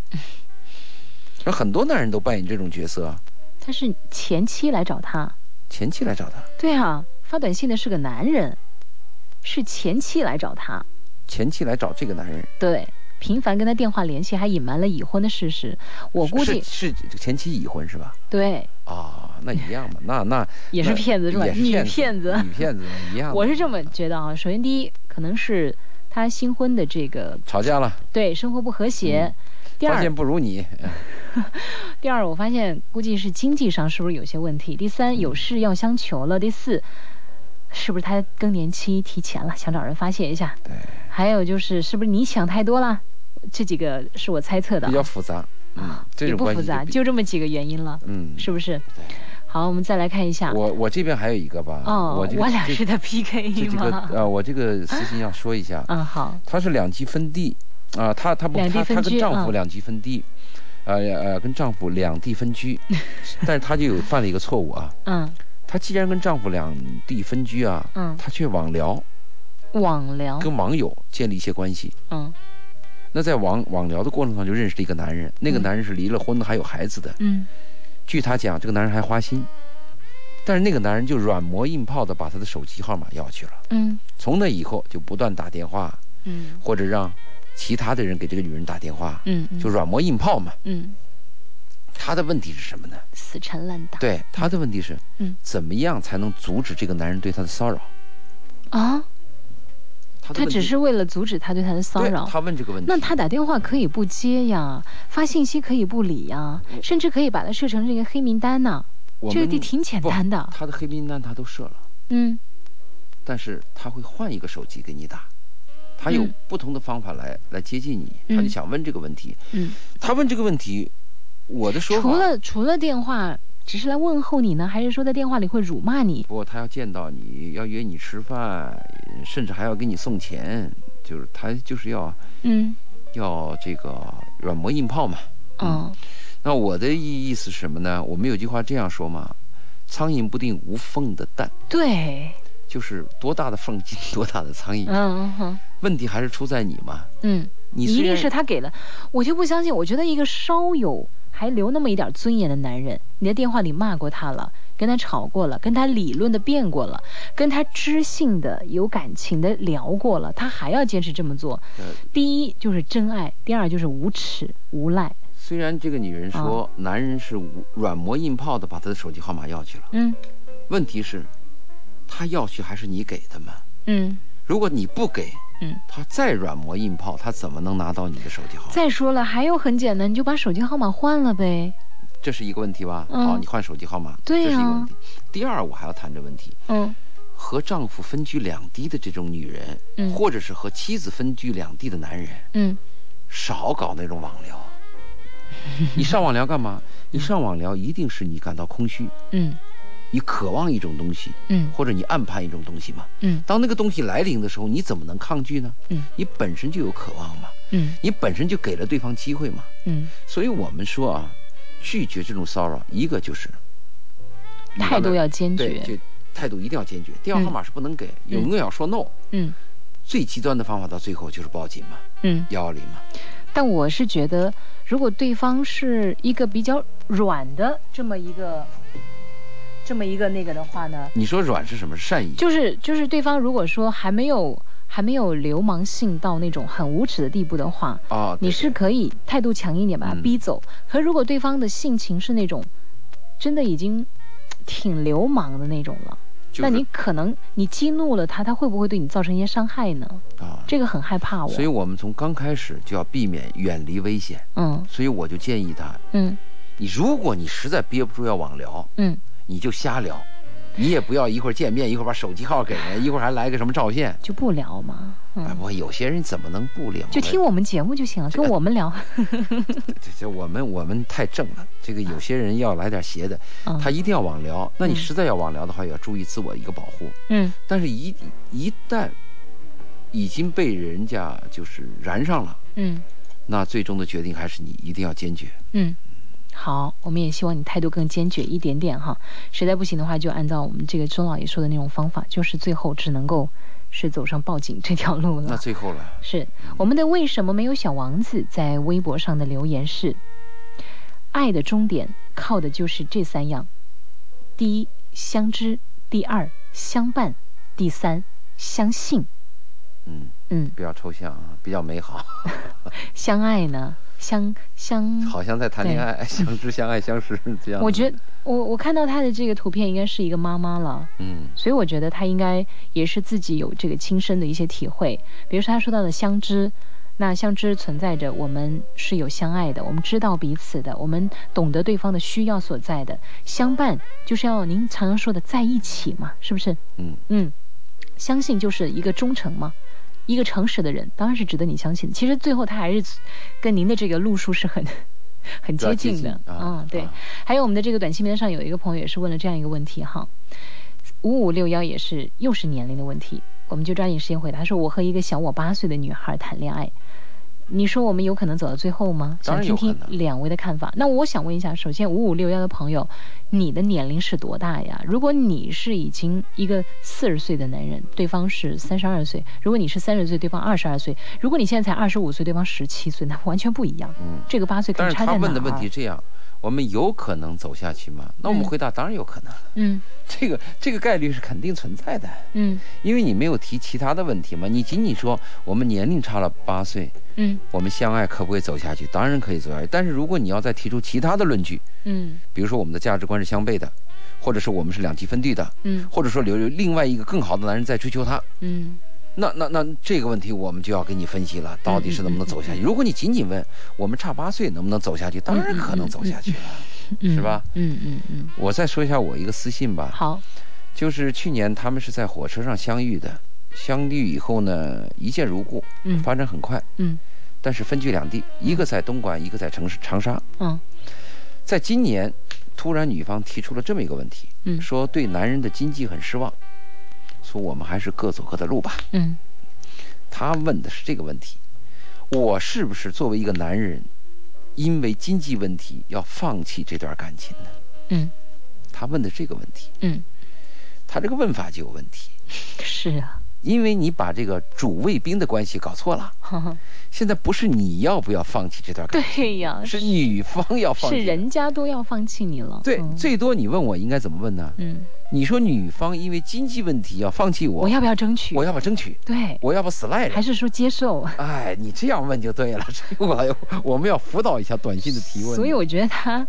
Speaker 2: 而很多男人都扮演这种角色啊，
Speaker 1: 他是前妻来找他，
Speaker 2: 前妻来找他，
Speaker 1: 对啊，发短信的是个男人，是前妻来找他，
Speaker 2: 前妻来找这个男人，
Speaker 1: 对，频繁跟他电话联系，还隐瞒了已婚的事实，我估计
Speaker 2: 是是前妻已婚是吧？
Speaker 1: 对，
Speaker 2: 啊、那一样嘛，那那
Speaker 1: 也是
Speaker 2: 那
Speaker 1: 骗子是吧
Speaker 2: 也是
Speaker 1: 女
Speaker 2: 骗子，
Speaker 1: 骗子
Speaker 2: 女骗子一样 的。
Speaker 1: 我是这么觉得啊。首先第一，可能是他新婚的这个
Speaker 2: 吵架了，
Speaker 1: 对生活不和谐。第
Speaker 2: 发
Speaker 1: 二，
Speaker 2: 现不如你，
Speaker 1: 第二，我发现估计是经济上是不是有些问题？第三，
Speaker 2: 嗯
Speaker 1: 有事要相求了。第四，是不是他更年期提前了，想找人发泄一下？
Speaker 2: 对，
Speaker 1: 还有就是，是不是你想太多了？这几个是我猜测的
Speaker 2: 比较复杂，嗯
Speaker 1: 啊，，
Speaker 2: 这
Speaker 1: 也
Speaker 2: 种
Speaker 1: 不
Speaker 2: 关
Speaker 1: 复
Speaker 2: 系
Speaker 1: 杂，
Speaker 2: 比
Speaker 1: 就这么几个原因了，
Speaker 2: 嗯，
Speaker 1: 是不是？
Speaker 2: 对
Speaker 1: 好，我们再来看一下。
Speaker 2: 我我这边还有一个吧，
Speaker 1: 哦，
Speaker 2: 我这个
Speaker 1: 俩
Speaker 2: 这
Speaker 1: 是在
Speaker 2: 这
Speaker 1: PK
Speaker 2: 这个
Speaker 1: 吗？
Speaker 2: 呃，我这个私信要说一下，
Speaker 1: 嗯，好，
Speaker 2: 她是两妻分地啊，她她不
Speaker 1: 两地
Speaker 2: 她
Speaker 1: 分
Speaker 2: 她
Speaker 1: 居
Speaker 2: 跟丈夫
Speaker 1: 嗯
Speaker 2: 两妻分地，呃呃，跟丈夫两地分 居，但是她就有犯了一个错误啊，
Speaker 1: 嗯
Speaker 2: 她既然跟丈夫两地分居啊，
Speaker 1: 嗯，
Speaker 2: 她却网聊，
Speaker 1: 网聊，
Speaker 2: 跟网友建立一些关系。
Speaker 1: 嗯
Speaker 2: 那在网网聊的过程中就认识了一个男人，那个
Speaker 1: 嗯
Speaker 2: 男人是离了婚的，还有孩子的。
Speaker 1: 嗯
Speaker 2: 据她讲，这个男人还花心，但是那个男人就软磨硬泡的把她的手机号码要去了。
Speaker 1: 嗯
Speaker 2: 从那以后就不断打电话，
Speaker 1: 嗯
Speaker 2: 或者让其他的人给这个女人打电话，
Speaker 1: 嗯，
Speaker 2: 就软磨硬泡嘛。
Speaker 1: 嗯
Speaker 2: 她的问题是什么呢？
Speaker 1: 死缠烂打，
Speaker 2: 对，她的问题是，
Speaker 1: 嗯
Speaker 2: 怎么样才能阻止这个男人对她的骚扰？
Speaker 1: 啊，
Speaker 2: 她的
Speaker 1: 他
Speaker 2: 问题
Speaker 1: 只是为了阻止他对他的骚
Speaker 2: 对
Speaker 1: 扰。
Speaker 2: 她问这个问题，
Speaker 1: 那他打电话可以不接呀，发信息可以不理呀，甚至可以把他设成这个黑名单呐。
Speaker 2: 我
Speaker 1: 这个
Speaker 2: 们
Speaker 1: 地挺简
Speaker 2: 不
Speaker 1: 单的
Speaker 2: 她的黑名单她都设了。
Speaker 1: 嗯
Speaker 2: 但是他会换一个手机给你打，他有
Speaker 1: 嗯
Speaker 2: 不同的方法来、来接近你，
Speaker 1: 嗯
Speaker 2: 他就想问这个问题。
Speaker 1: 嗯，
Speaker 2: 他问这个问题，我的说法，
Speaker 1: 除了除了电话，只是来问候你呢，还是说在电话里会辱骂你？
Speaker 2: 不过他要见到你，要约你吃饭，甚至还要给你送钱，就是他就是要
Speaker 1: 嗯
Speaker 2: 要这个软磨硬泡嘛。
Speaker 1: 哦
Speaker 2: 那我的意意思是什么呢？我们有句话这样说嘛：“苍蝇不叮无缝的蛋
Speaker 1: 对，”，
Speaker 2: 就是多大的缝进多大的苍蝇。
Speaker 1: 嗯嗯
Speaker 2: 问题还是出在你嘛。
Speaker 1: 嗯，
Speaker 2: 你
Speaker 1: 一
Speaker 2: 虽
Speaker 1: 定
Speaker 2: 然
Speaker 1: 是他给了，我就不相信。我觉得一个稍有还留那么一点尊严的男人，你在电话里骂过他了。跟他吵过了，跟他理论的辩过了，跟他知性的、有感情的聊过了，他还要坚持这么做，
Speaker 2: 呃
Speaker 1: 第一就是真爱，第二就是无耻无赖。
Speaker 2: 虽然这个女人
Speaker 1: 啊
Speaker 2: 说、男人是无软磨硬泡的把她的手机号码要去了，
Speaker 1: 嗯
Speaker 2: 问题是，他要去还是你给的嘛？
Speaker 1: 嗯
Speaker 2: 如果你不给，
Speaker 1: 嗯。
Speaker 2: 他再软磨硬泡，他怎么能拿到你的手机号码？
Speaker 1: 再说了，还有很简单，你就把手机号码换了呗。
Speaker 2: 这是一个问题吧？
Speaker 1: 嗯
Speaker 2: 哦，你换手机号码，
Speaker 1: 对呀
Speaker 2: 这是一个问题。第二，我还要谈这问题，
Speaker 1: 嗯
Speaker 2: 和丈夫分居两地的这种女人，
Speaker 1: 嗯
Speaker 2: 或者是和妻子分居两地的男人，
Speaker 1: 嗯
Speaker 2: 少搞那种网 聊。你上网聊干嘛？你上网聊一定是你感到空虚，
Speaker 1: 嗯
Speaker 2: 你渴望一种东西，
Speaker 1: 嗯
Speaker 2: 或者你暗盼一种东西嘛。
Speaker 1: 嗯
Speaker 2: 当那个东西来临的时候，你怎么能抗拒呢？
Speaker 1: 嗯
Speaker 2: 你本身就有渴望嘛，
Speaker 1: 嗯
Speaker 2: 你本身就给了对方机会嘛。
Speaker 1: 嗯
Speaker 2: 所以我们说啊，拒绝这种骚扰，一个就是你
Speaker 1: 态
Speaker 2: 刚
Speaker 1: 度
Speaker 2: 才
Speaker 1: 要坚
Speaker 2: 对，
Speaker 1: 决。
Speaker 2: 就态度一定要坚决。电话号码是不能给，有
Speaker 1: 嗯
Speaker 2: 人要说 no，
Speaker 1: 嗯
Speaker 2: 最极端的方法到最后就是报警嘛，
Speaker 1: 嗯，
Speaker 2: 幺幺零嘛。
Speaker 1: 但我是觉得，如果对方是一个比较软的这么一个这么一个那个的话呢，
Speaker 2: 你说软是什么？是善意。
Speaker 1: 就是就是对方如果说还没有还没有流氓性到那种很无耻的地步的话，
Speaker 2: 啊，对
Speaker 1: 你是可以态度强硬一点把他
Speaker 2: 嗯
Speaker 1: 逼走。可如果对方的性情是那种真的已经挺流氓的那种了，
Speaker 2: 就
Speaker 1: 那
Speaker 2: 是
Speaker 1: 你可能你激怒了他，他会不会对你造成一些伤害呢？
Speaker 2: 啊，
Speaker 1: 这个很害怕我。
Speaker 2: 所以我们从刚开始就要避免远离危险。
Speaker 1: 嗯
Speaker 2: 所以我就建议他，
Speaker 1: 嗯
Speaker 2: 你如果你实在憋不住要网聊，
Speaker 1: 嗯，
Speaker 2: 你就瞎聊，你也不要一会儿见面，一会儿把手机号给人，一会儿还来个什么照片。
Speaker 1: 就不聊嘛。
Speaker 2: 哎，
Speaker 1: 嗯，
Speaker 2: 不，有些人怎么能不聊呢？
Speaker 1: 就听我们节目就行了，跟我们聊。
Speaker 2: 这这我们我们太正了，这个有些人要来点邪的，
Speaker 1: 嗯
Speaker 2: 他一定要网聊。那你
Speaker 1: 嗯
Speaker 2: 实在要网聊的话，也要注意自我一个保护。
Speaker 1: 嗯
Speaker 2: 但是一，一旦已经被人家就是燃上了，
Speaker 1: 嗯
Speaker 2: 那最终的决定还是你一定要坚决。
Speaker 1: 嗯，好，我们也希望你态度更坚决一点点哈。实在不行的话，就按照我们这个周老爷说的那种方法，就是最后只能够是走上报警这条路
Speaker 2: 那
Speaker 1: 了。
Speaker 2: 最后了，
Speaker 1: 是我们的为什么没有小王子在微博上的留言是：爱的终点靠的就是这三样，第一相知，第二相伴，第三相信。
Speaker 2: 嗯，
Speaker 1: 嗯，
Speaker 2: 比较抽象，啊，比较美好，
Speaker 1: 相爱呢，相相
Speaker 2: 好像在谈恋爱，相知相爱相识这样
Speaker 1: 嗯
Speaker 2: 的。
Speaker 1: 我觉得我我看到他的这个图片应该是一个妈妈了，
Speaker 2: 嗯，
Speaker 1: 所以我觉得他应该也是自己有这个亲身的一些体会。比如说他说到的相知，那相知存在着我们是有相爱的，我们知道彼此的，我们懂得对方的需要所在的。相伴就是要您常常说的在一起嘛，是不是？
Speaker 2: 嗯
Speaker 1: 嗯，相信就是一个忠诚嘛。一个诚实的人当然是值得你相信的。其实最后他还是跟您的这个路数是 很很
Speaker 2: 比较
Speaker 1: 接
Speaker 2: 接
Speaker 1: 近的。
Speaker 2: 近啊
Speaker 1: 嗯，对。
Speaker 2: 啊
Speaker 1: 还有我们的这个短信名单上有一个朋友也是问了这样一个问题哈，五五六幺也是又是年龄的问题，我们就抓紧时间回答。他说我和一个小我八岁的女孩谈恋爱，你说我们有可能走到最后吗？想
Speaker 2: 当然
Speaker 1: 听
Speaker 2: 有可
Speaker 1: 听
Speaker 2: 能啊
Speaker 1: 两位的看法。那我想问一下，首先五五六幺的朋友，你的年龄是多大呀？如果你是已经一个四十岁的男人，对方是三十二岁；如果你是三十岁，对方二十二岁；如果你现在才二十五岁，对方十七岁，那完全不一样。
Speaker 2: 嗯
Speaker 1: 这个八岁可
Speaker 2: 但
Speaker 1: 以
Speaker 2: 是
Speaker 1: 差在哪
Speaker 2: 他
Speaker 1: 儿？啊
Speaker 2: 问的问题这样，我们有可能走下去吗？那我们
Speaker 1: 嗯
Speaker 2: 回答当然有可能，
Speaker 1: 嗯
Speaker 2: 这个这个概率是肯定存在的，
Speaker 1: 嗯
Speaker 2: 因为你没有提其他的问题嘛，你仅仅说我们年龄差了八岁，
Speaker 1: 嗯
Speaker 2: 我们相爱可不可以走下去？当然可以走下去，但是如果你要再提出其他的论据，
Speaker 1: 嗯
Speaker 2: 比如说我们的价值观是相悖的，或者是我们是两极分立的，
Speaker 1: 嗯
Speaker 2: 或者说留有另外一个更好的男人在追求她，
Speaker 1: 嗯
Speaker 2: 那那那这个问题我们就要给你分析了，到底是能不能
Speaker 1: 嗯
Speaker 2: 走下去？如果你仅仅问我们差八岁能不能走下去，当然可能走下去了。
Speaker 1: 嗯，
Speaker 2: 是吧？
Speaker 1: 嗯嗯嗯，
Speaker 2: 我再说一下我一个私信吧，
Speaker 1: 好，
Speaker 2: 就是去年他们是在火车上相遇的，相遇以后呢一见如故，
Speaker 1: 嗯
Speaker 2: 发展很快，
Speaker 1: 嗯
Speaker 2: 但是分居两地，一个在东莞，一个在城市长沙。
Speaker 1: 嗯
Speaker 2: 在今年，突然女方提出了这么一个问题，
Speaker 1: 嗯
Speaker 2: 说对男人的经济很失望，说我们还是各走各的路吧。
Speaker 1: 嗯
Speaker 2: 他问的是这个问题：我是不是作为一个男人，因为经济问题要放弃这段感情呢？
Speaker 1: 嗯
Speaker 2: 他问的这个问题，
Speaker 1: 嗯，
Speaker 2: 他这个问法就有问题，
Speaker 1: 是啊，
Speaker 2: 因为你把这个主谓宾的关系搞错了。
Speaker 1: 呵呵
Speaker 2: 现在不是你要不要放弃这段感情，
Speaker 1: 对呀，
Speaker 2: 是女方要放弃。
Speaker 1: 是人家都要放弃你了，
Speaker 2: 对，
Speaker 1: 嗯
Speaker 2: 最多你问我应该怎么问呢？
Speaker 1: 嗯，
Speaker 2: 你说女方因为经济问题要放弃我，
Speaker 1: 我要不要争取？
Speaker 2: 我要不争取，
Speaker 1: 对，
Speaker 2: 我要不死赖着
Speaker 1: 还。是说接受？
Speaker 2: 哎，你这样问就对了。这个我我们要辅导一下短信的提问。
Speaker 1: 所以我觉得他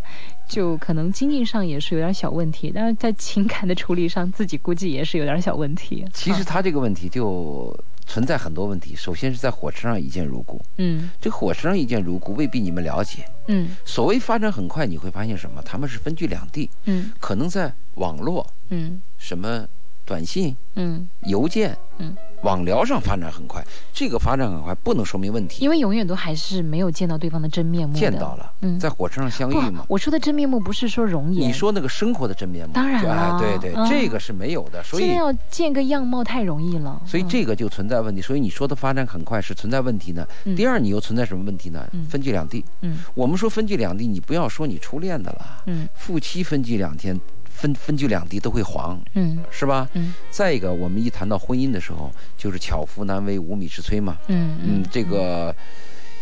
Speaker 1: 就可能经济上也是有点小问题，但是在情感的处理上，自己估计也是有点小问题。
Speaker 2: 其实
Speaker 1: 啊，
Speaker 2: 他这个问题就存在很多问题。首先是在火车上一见如故，
Speaker 1: 嗯
Speaker 2: 这个火车上一见如故未必你们了解。
Speaker 1: 嗯
Speaker 2: 所谓发展很快，你会发现什么？他们是分居两地，
Speaker 1: 嗯
Speaker 2: 可能在网络、
Speaker 1: 嗯
Speaker 2: 什么短信、
Speaker 1: 嗯，
Speaker 2: 邮件、
Speaker 1: 嗯
Speaker 2: 网聊上发展很快。这个发展很快不能说明问题，
Speaker 1: 因为永远都还是没有见到对方的真面目的，
Speaker 2: 见到了，
Speaker 1: 嗯
Speaker 2: 在火车上相遇嘛
Speaker 1: 不，。我说的真面目不是说容颜，
Speaker 2: 你说那个生活的真面目，
Speaker 1: 当然
Speaker 2: 就
Speaker 1: 了
Speaker 2: 哎，对对，
Speaker 1: 嗯
Speaker 2: 这个是没有的，所
Speaker 1: 现
Speaker 2: 以
Speaker 1: 在要见个样貌太容易了，
Speaker 2: 所以这个就存在问题。所以你说的发展很快是存在问题呢。
Speaker 1: 嗯
Speaker 2: 第二，你又存在什么问题呢
Speaker 1: 嗯？
Speaker 2: 分居两地。
Speaker 1: 嗯
Speaker 2: 我们说分居两地，你不要说你初恋的了，
Speaker 1: 嗯
Speaker 2: 夫妻分居两天，分分居两地都会黄，
Speaker 1: 嗯
Speaker 2: 是吧？
Speaker 1: 嗯
Speaker 2: 再一个，我们一谈到婚姻的时候，就是巧妇难为无米之炊嘛。
Speaker 1: 嗯
Speaker 2: 嗯，这个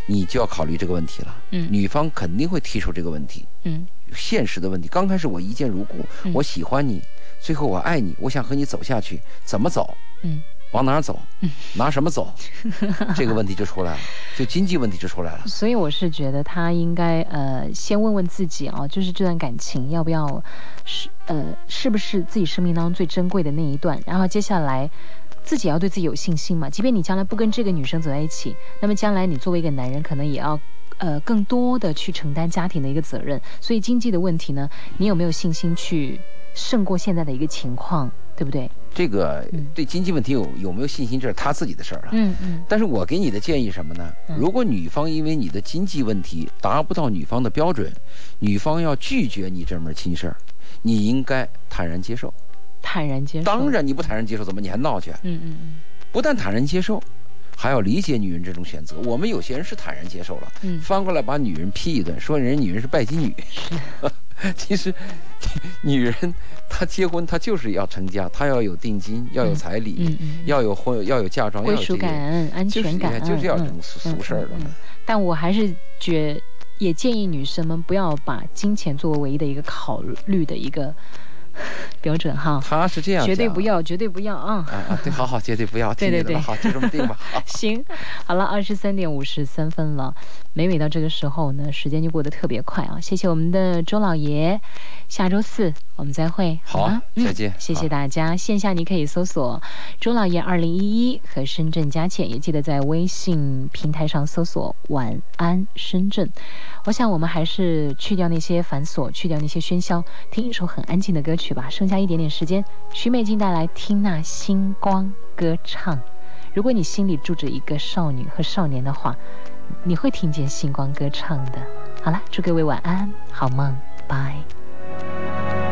Speaker 2: 你就要考虑这个问题了。
Speaker 1: 嗯
Speaker 2: 女方肯定会提出这个问题，
Speaker 1: 嗯
Speaker 2: 现实的问题。刚开始我一见如故，
Speaker 1: 嗯
Speaker 2: 我喜欢你，最后我爱你，我想和你走下去，怎么走？
Speaker 1: 嗯
Speaker 2: 往哪儿走
Speaker 1: 嗯？
Speaker 2: 拿什 么走？这个问题就出来了，就经济问题就出来了。
Speaker 1: 所以我是觉得他应该呃先问问自己啊、就是这段感情要不要是呃是不是自己生命当中最珍贵的那一段，然后接下来自己要对自己有信心嘛。即便你将来不跟这个女生走在一起，那么将来你作为一个男人，可能也要。呃，更多的去承担家庭的一个责任，所以经济的问题呢，你有没有信心去胜过现在的一个情况，对不对？
Speaker 2: 这个
Speaker 1: 嗯
Speaker 2: 对经济问题有有没有信心，这是他自己的事儿啊。
Speaker 1: 嗯嗯
Speaker 2: 但是我给你的建议是什么呢
Speaker 1: 嗯？
Speaker 2: 如果女方因为你的经济问题达不到女方的标准，女方要拒绝你这门亲事儿，你应该坦然接受。
Speaker 1: 坦然接受。
Speaker 2: 当，然，你不坦然接受，怎么你还闹去？
Speaker 1: 嗯嗯嗯
Speaker 2: 不但坦然接受，还要理解女人这种选择。我们有些人是坦然接受了，
Speaker 1: 嗯
Speaker 2: 翻过来把女人批一顿，说人家女人是拜金女。 其实，女人她结婚，她就是要成家，她要有定金，要有彩礼，
Speaker 1: 嗯嗯，
Speaker 2: 要有婚，要有嫁妆，要
Speaker 1: 归
Speaker 2: 有这
Speaker 1: 属
Speaker 2: 些
Speaker 1: 感、安全感，
Speaker 2: 就是就是要这
Speaker 1: 嗯
Speaker 2: 种俗
Speaker 1: 嗯
Speaker 2: 俗事儿的
Speaker 1: 嗯嗯但我还是觉，也建议女生们不要把金钱作为唯一的一个考虑的一个 标准哈，
Speaker 2: 他是这样，
Speaker 1: 绝对不。要，绝对不要啊！
Speaker 2: 啊啊，对，好好，绝对不要，听你的 了
Speaker 1: 对对对
Speaker 2: 好，就这么定吧。好
Speaker 1: 行，好了，二十三点五十三分了。每每到这个时候呢，时间就过得特别快啊！谢谢我们的周老爷，下周四我们再会，
Speaker 2: 好啊
Speaker 1: 吗？
Speaker 2: 再见
Speaker 1: 嗯，谢谢大家。线下你可以搜索“周老爷二零一一”和“深圳佳倩”，也记得在微信平台上搜索“晚安深圳”。我想我们还是去掉那些繁琐，去掉那些喧嚣，听一首很安静的歌曲吧。剩下一点点时间，徐美静带来《听那星光歌唱》。如果你心里住着一个少女和少年的话，你会听见星光歌唱的。好了，祝各位晚安，好梦，拜。